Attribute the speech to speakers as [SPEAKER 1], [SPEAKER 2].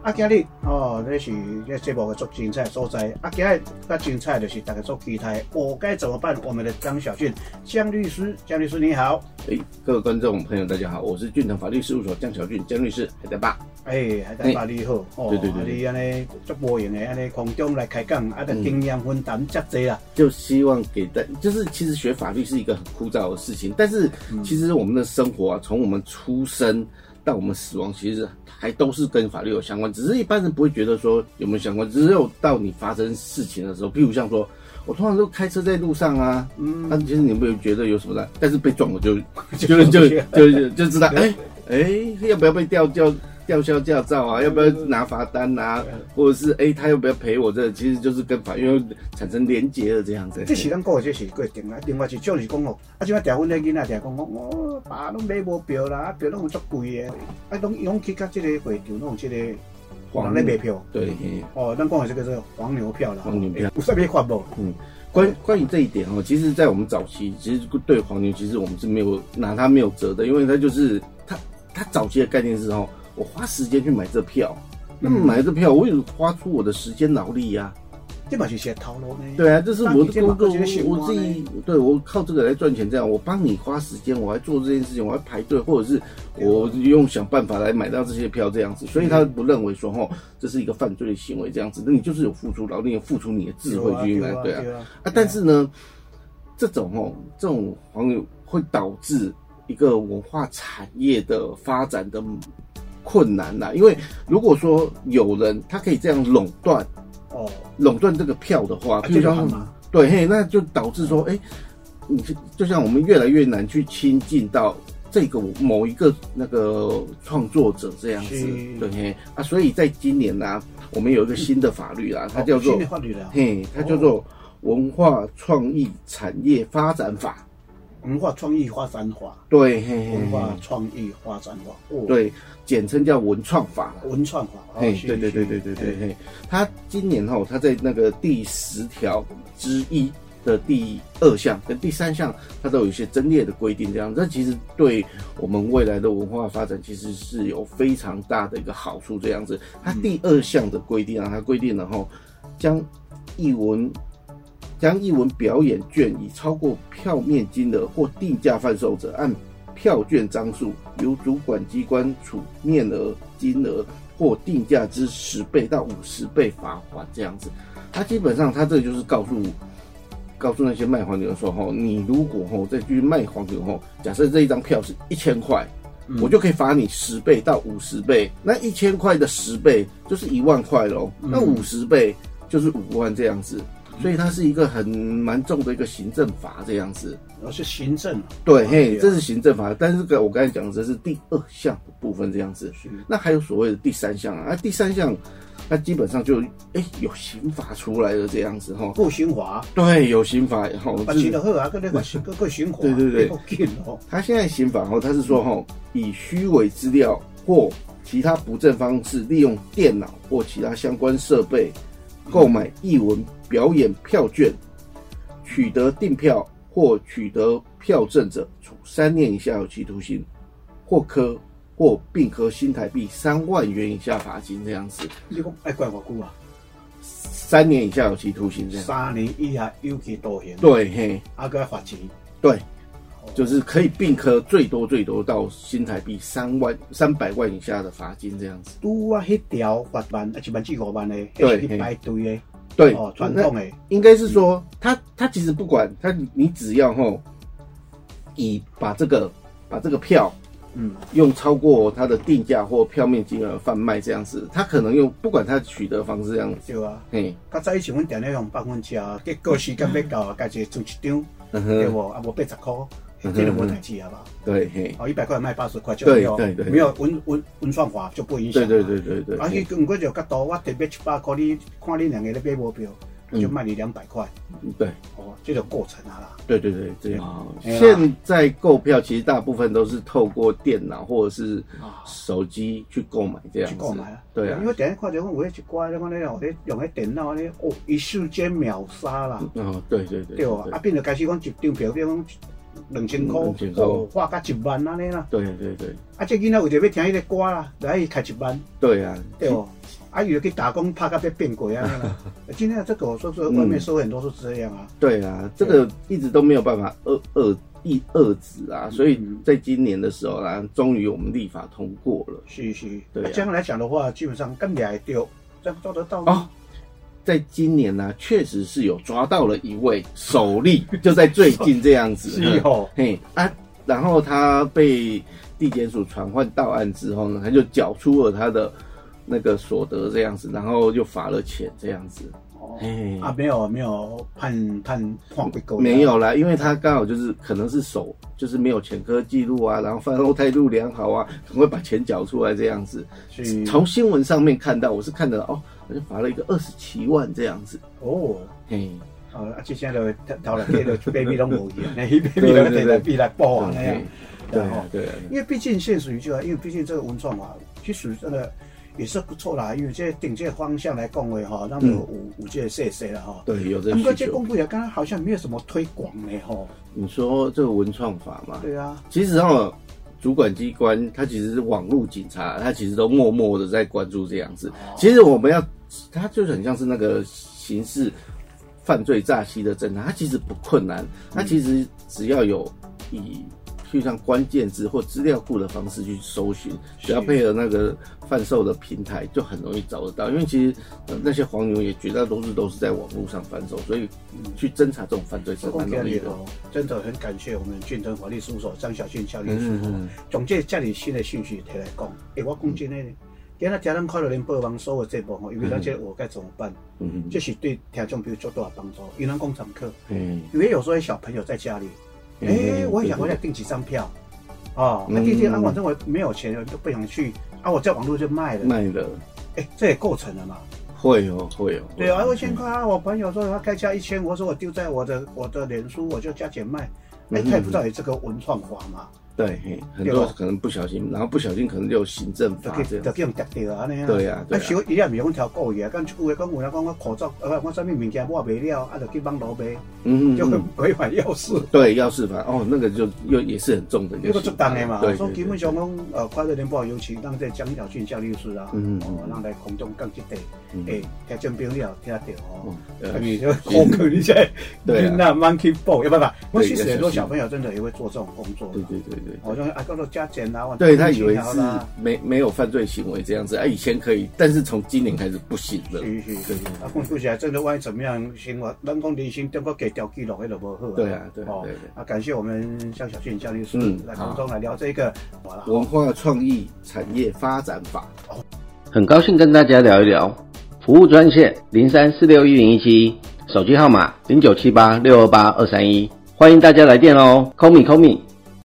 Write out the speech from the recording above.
[SPEAKER 1] 啊，今日哦，这是这节目的做精彩所在。啊，今日较精彩就是大家做期待，我该怎么办？我们的张小俊，江律师，江律师你好。
[SPEAKER 2] 哎，各位观众朋友，大家好，我是俊腾法律事务所江小俊，江律师，海在吧？
[SPEAKER 1] 哎、还大把你好，哦，
[SPEAKER 2] 对对对对
[SPEAKER 1] 你安尼足无用的，安尼空中来开讲，啊，但经验分担遮济啦，
[SPEAKER 2] 就希望给大，就是其实学法律是一个很枯燥的事情，但是其实我们的生活啊，从我们出生到我们死亡，其实还都是跟法律有相关，只是一般人不会觉得说有没有相关，只有到你发生事情的时候，譬如像说。我通常都开车在路上啊，嗯，但其实你没有觉得有什么的，但是被撞我就 就就就就就知道，哎 哎，要不要被吊吊吊销驾照啊？要不要拿罚单啊？或者是哎，他要不要赔我这个？其实就是跟法院产生连结的这样子。
[SPEAKER 1] 这是咱讲的，这是规定啦。另外一种是讲哦，啊，即摆条阮的囡仔定讲讲，我爸拢买无票啦，啊票拢有足贵的，啊，拢拢去到即个会场，拢有即个人咧卖票，
[SPEAKER 2] 对，嘿
[SPEAKER 1] 哦，咱讲的这个是黄牛票啦，
[SPEAKER 2] 黄牛票
[SPEAKER 1] 欸有啥物法无？
[SPEAKER 2] 关关于这一点哦，其实，在我们早期，其实对黄牛，其实我们是没有拿它没有辙的，因为它就是它它早期的概念是哦，我花时间去买这票，那么买这票，我有花出我的时间劳力呀、
[SPEAKER 1] 这嘛是一个头路呢。
[SPEAKER 2] 对啊，这是我的工作，
[SPEAKER 1] 那你这样
[SPEAKER 2] 我
[SPEAKER 1] 把
[SPEAKER 2] 我
[SPEAKER 1] 自
[SPEAKER 2] 自
[SPEAKER 1] 己
[SPEAKER 2] 己对我靠这个来赚钱，这样我帮你花时间，我还做这件事情，我还排队，或者是我用想办法来买到这些票这样子，所以他不认为说哦，这是一个犯罪的行为这样子，那你就是有付出劳力，有付出你的智慧去买，对啊，
[SPEAKER 1] 对啊，
[SPEAKER 2] 啊，但是呢，这种哦，这种黄牛会导致一个文化产业的发展的困难呐、因为如果说有人他可以这样垄断
[SPEAKER 1] 哦，
[SPEAKER 2] 垄断这个票的话，
[SPEAKER 1] 啊
[SPEAKER 2] 譬如
[SPEAKER 1] 这
[SPEAKER 2] 说
[SPEAKER 1] 个很麻，
[SPEAKER 2] 对，嘿，那就导致说，哎、你就就像我们越来越难去亲近到这个某一个那个创作者这样子
[SPEAKER 1] 是，
[SPEAKER 2] 对嘿啊，所以在今年呢、我们有一个新的法律啊，它叫做
[SPEAKER 1] 哦新的哦法律啦，
[SPEAKER 2] 嘿，它叫做《文化创意产业发展法》。
[SPEAKER 1] 文化创意发展法，
[SPEAKER 2] 对，嘿
[SPEAKER 1] 文
[SPEAKER 2] 嘿
[SPEAKER 1] 化
[SPEAKER 2] 嘿，
[SPEAKER 1] 创意发展法，哦，
[SPEAKER 2] 对，简称叫文创法啦。
[SPEAKER 1] 文创法，哦
[SPEAKER 2] 嘿，
[SPEAKER 1] 是
[SPEAKER 2] 对对
[SPEAKER 1] 是
[SPEAKER 2] 对对对
[SPEAKER 1] 嘿
[SPEAKER 2] 对，嘿，它今年吼，它在那个第十条之一的第二项跟第三项，它都有一些争列的规定，这样，这其实对我们未来的文化发展其实是有非常大的一个好处，这样子。它第二项的规定啊，它规定了吼，将译文。将译文表演券以超过票面金额或定价贩售者，按票券张数由主管机关处面额、金额或定价之十倍到五十倍罚款这样子。他基本上他这就是告诉告诉那些卖黄牛说吼，你如果吼再去卖黄牛吼，假设这一张票是一千块。我就可以罚你十倍到五十倍，那一千块的十倍就是一万块喽，那五十倍就是五万这样子，所以它是一个很蛮重的一个行政法这样子。
[SPEAKER 1] 哦是行政，对
[SPEAKER 2] 对，嘿，
[SPEAKER 1] 啊
[SPEAKER 2] 这是行政法，但是个我刚才讲的这是第二项的部分这样子
[SPEAKER 1] 是。
[SPEAKER 2] 那还有所谓的第三项啊，啊第三项，那基本上就哎有刑法出来了这样子哈。
[SPEAKER 1] 顾新华。
[SPEAKER 2] 对，有刑法哈。
[SPEAKER 1] 把
[SPEAKER 2] 就是
[SPEAKER 1] 钱就好啊，搁咧把搁搁循环，
[SPEAKER 2] 对对对
[SPEAKER 1] 够紧哦。
[SPEAKER 2] 他现在刑法哦，他是说哦，以虚伪资料或其他不正方式，利用电脑或其他相关设备购买艺文表演票券，取得订票或取得票证者，处三年以下有期徒刑，或科或并科新台币三万元以下罚金这样子，
[SPEAKER 1] 你讲爱怪我久啊？
[SPEAKER 2] 三年以下有期徒刑这样。
[SPEAKER 1] 三年以下有期徒刑，
[SPEAKER 2] 对，嘿，
[SPEAKER 1] 啊，搁要罚钱。
[SPEAKER 2] 对，
[SPEAKER 1] 哦
[SPEAKER 2] 就是可以并科最多最多到新台币三万三百万以下的罚金这样子。
[SPEAKER 1] 拄啊，迄条八万，啊，一万至五万的，迄
[SPEAKER 2] 对
[SPEAKER 1] 是去排队的，
[SPEAKER 2] 对，
[SPEAKER 1] 哦，传统
[SPEAKER 2] 那
[SPEAKER 1] 的，
[SPEAKER 2] 应该是说，他他其实不管他，你只要吼，以把这个把这个票
[SPEAKER 1] 嗯，
[SPEAKER 2] 用超过它的定价或票面金额贩卖这样子，他可能用不管他取得方式这样子，
[SPEAKER 1] 对啊。
[SPEAKER 2] 嘿，
[SPEAKER 1] 较早以前，阮定咧用百分之啊，结果时间要到啊，家己做一张，
[SPEAKER 2] 嗯
[SPEAKER 1] 对
[SPEAKER 2] 哼，
[SPEAKER 1] 无？啊，无八十箍，
[SPEAKER 2] 嗯哼
[SPEAKER 1] 这就无代志啊吧？
[SPEAKER 2] 对，嘿，
[SPEAKER 1] 哦，一百块卖八十块就没
[SPEAKER 2] 对
[SPEAKER 1] 有，
[SPEAKER 2] 对对
[SPEAKER 1] 没有文文文创法就不影响
[SPEAKER 2] 对
[SPEAKER 1] 啊。
[SPEAKER 2] 对对对对，
[SPEAKER 1] 啊，
[SPEAKER 2] 嘿
[SPEAKER 1] 迄毋过就角度，我特别一百块，你看你两个咧买无票，
[SPEAKER 2] 嗯
[SPEAKER 1] 就卖你两百块，
[SPEAKER 2] 对。
[SPEAKER 1] 哦，这种过程啊啦。
[SPEAKER 2] 对对对，这样。
[SPEAKER 1] 哎呀
[SPEAKER 2] 现在购票其实大部分都是透过电脑或者是
[SPEAKER 1] 啊
[SPEAKER 2] 手机去购买这样
[SPEAKER 1] 去
[SPEAKER 2] 子。
[SPEAKER 1] 购买啊。
[SPEAKER 2] 对啊
[SPEAKER 1] 因，为第一看到讲有迄一寡咧，我咧用咧用迄电脑咧，哦，一瞬间秒杀啦，
[SPEAKER 2] 哦，对对对，
[SPEAKER 1] 对哦。啊，变就开始讲一张票，比如讲两千块，
[SPEAKER 2] 嗯两千块
[SPEAKER 1] 哦花甲一万安尼啦。
[SPEAKER 2] 对对对
[SPEAKER 1] 啊，这囡仔为着要听迄个歌啦，来去开一万，
[SPEAKER 2] 对啊，
[SPEAKER 1] 对哦。啊，有去打工，拍到被变鬼啊！ 啦今天这个我说说，外面收很多是这样啊。
[SPEAKER 2] 对啊，这个一直都没有办法遏遏抑遏止
[SPEAKER 1] 嗯
[SPEAKER 2] 啊，所以在今年的时候啦、终于我们立法通过了
[SPEAKER 1] 是是，
[SPEAKER 2] 对啊
[SPEAKER 1] 这样来讲的话，基本上更也会丢，这样做得到吗？
[SPEAKER 2] 哦。在今年呢、确实是有抓到了一位首例，就在最近这样子。
[SPEAKER 1] 是哦，
[SPEAKER 2] 嘿啊，然后他被地检署传唤到案之后呢，他就缴出了他的那个所得这样子，然后又罚了钱这样子。
[SPEAKER 1] 哦
[SPEAKER 2] 嘿，
[SPEAKER 1] 啊，没有没有判判判被狗，
[SPEAKER 2] 没有啦，因为他刚好就是可能是手就是没有前科记录啊，然后犯后态度良好啊，赶快把钱缴出来这样子。
[SPEAKER 1] 是
[SPEAKER 2] 从新闻上面看到，我是看到哦，好像罚了一个二十七万这样子。
[SPEAKER 1] 哦。
[SPEAKER 2] 嘿，
[SPEAKER 1] 哦，啊，即声就头来迄就 baby 拢无去， 那 baby 拢摕来比来报啊，那样
[SPEAKER 2] 对。对啊对啊，
[SPEAKER 1] 因为毕竟现属于就，因为毕竟这个文创啊，其实真的也是不错啦。因为这顶这个方向来讲的哈，那么有有这个设施了哈。
[SPEAKER 2] 对嗯有这
[SPEAKER 1] 不过
[SPEAKER 2] 需
[SPEAKER 1] 这
[SPEAKER 2] 求
[SPEAKER 1] 公。布也刚刚好像没有什么推广呢哈。
[SPEAKER 2] 你说这个文创法嘛，
[SPEAKER 1] 对啊，
[SPEAKER 2] 其实哦，主管机关它其实是网络警察，它其实都默默的在关注这样子。其实我们要，它就是很像是那个刑事犯罪诈欺的侦查，它其实不困难，它其实只要有以。去上关键字或资料库的方式去搜寻，只要配合那个贩售的平台，就很容易找得到。因为其实、呃那些黄牛也绝大多数都是在网络上贩售，所以去侦查这种犯罪是
[SPEAKER 1] 这
[SPEAKER 2] 蛮
[SPEAKER 1] 公天
[SPEAKER 2] 容易
[SPEAKER 1] 里
[SPEAKER 2] 的。哦
[SPEAKER 1] 头真的很感谢我们俊腾法律事务所张小俊小律师
[SPEAKER 2] 嗯，嗯
[SPEAKER 1] 从这这里新的讯息提来讲，诶，我讲真诶，今仔听咱看到恁播网所有节目吼，因为咱这我该怎么办？
[SPEAKER 2] 嗯嗯
[SPEAKER 1] 这是对听众朋友做多少帮助？因为咱讲常客，
[SPEAKER 2] 嗯，
[SPEAKER 1] 因为有时候小朋友在家里，哎、我也想回来订几张票，哦，那
[SPEAKER 2] 嗯
[SPEAKER 1] 订订啊，反正我没有钱，我就不想去，啊，我在网络就卖了，
[SPEAKER 2] 卖了，
[SPEAKER 1] 哎、这也构成了嘛。
[SPEAKER 2] 会哦，会哦。
[SPEAKER 1] 对啊，一千块啊，我朋友说他开价一千，我说我丢在我的我的脸书，我就加减卖，
[SPEAKER 2] 嗯
[SPEAKER 1] 哎、他也不知道有这个文创法嘛，
[SPEAKER 2] 对，嘿很
[SPEAKER 1] 对
[SPEAKER 2] 多
[SPEAKER 1] 吧
[SPEAKER 2] 可能不小心，然后不小心可能就有行政
[SPEAKER 1] 就
[SPEAKER 2] 法
[SPEAKER 1] 给
[SPEAKER 2] 这
[SPEAKER 1] 就
[SPEAKER 2] 样。
[SPEAKER 1] 给人夹掉啊那样。
[SPEAKER 2] 对啊对
[SPEAKER 1] 啊
[SPEAKER 2] 啊，
[SPEAKER 1] 小伊也毋是讲挑故意啊，讲一句话讲有人讲我口罩，呃，我啥物物件我卖了，啊，就去网络卖，
[SPEAKER 2] 嗯，
[SPEAKER 1] 就
[SPEAKER 2] 嗯
[SPEAKER 1] 会
[SPEAKER 2] 嗯
[SPEAKER 1] 违反要事。
[SPEAKER 2] 对，要是法哦，那个就又也是很重的一
[SPEAKER 1] 那
[SPEAKER 2] 个
[SPEAKER 1] 个
[SPEAKER 2] 刑
[SPEAKER 1] 就
[SPEAKER 2] 罚。
[SPEAKER 1] 当的嘛，
[SPEAKER 2] 对，
[SPEAKER 1] 所以
[SPEAKER 2] 对
[SPEAKER 1] 基本上讲，呃，快乐联播尤其让这江小俊教律师啊，
[SPEAKER 2] 嗯
[SPEAKER 1] 哦，让来空中讲一地，
[SPEAKER 2] 嗯
[SPEAKER 1] 诶，听证兵了听得到哦，
[SPEAKER 2] 对
[SPEAKER 1] 啊
[SPEAKER 2] 呃
[SPEAKER 1] 你就口口你在
[SPEAKER 2] 对啊
[SPEAKER 1] 那 monkey ball，要不然，我
[SPEAKER 2] 对
[SPEAKER 1] 其实
[SPEAKER 2] 要
[SPEAKER 1] 很多
[SPEAKER 2] 小心
[SPEAKER 1] 小朋友真的也会做这种工作
[SPEAKER 2] 对
[SPEAKER 1] 的，
[SPEAKER 2] 对对对。
[SPEAKER 1] 好像啊，叫做加减啊，
[SPEAKER 2] 对他以为
[SPEAKER 1] 或
[SPEAKER 2] 是
[SPEAKER 1] 者啦
[SPEAKER 2] 没没有犯罪行为这样子，哎、以前可以，但是从今年开始不行了。
[SPEAKER 1] 是是是，啊，讲起来真的万一怎么样生活，咱讲人生中国给调记录，那就不好啊。
[SPEAKER 2] 对啊对啊
[SPEAKER 1] 哦
[SPEAKER 2] 对对
[SPEAKER 1] 啊，感谢我们江小俊教律师
[SPEAKER 2] 嗯
[SPEAKER 1] 来空中来聊这个，好了。
[SPEAKER 2] 文化创意产业发展法，
[SPEAKER 3] 很高兴跟大家聊一聊。服务专线零三四六一零一七一，手机号码零九七八六二八二三一，欢迎大家来电哦。Call me, call me。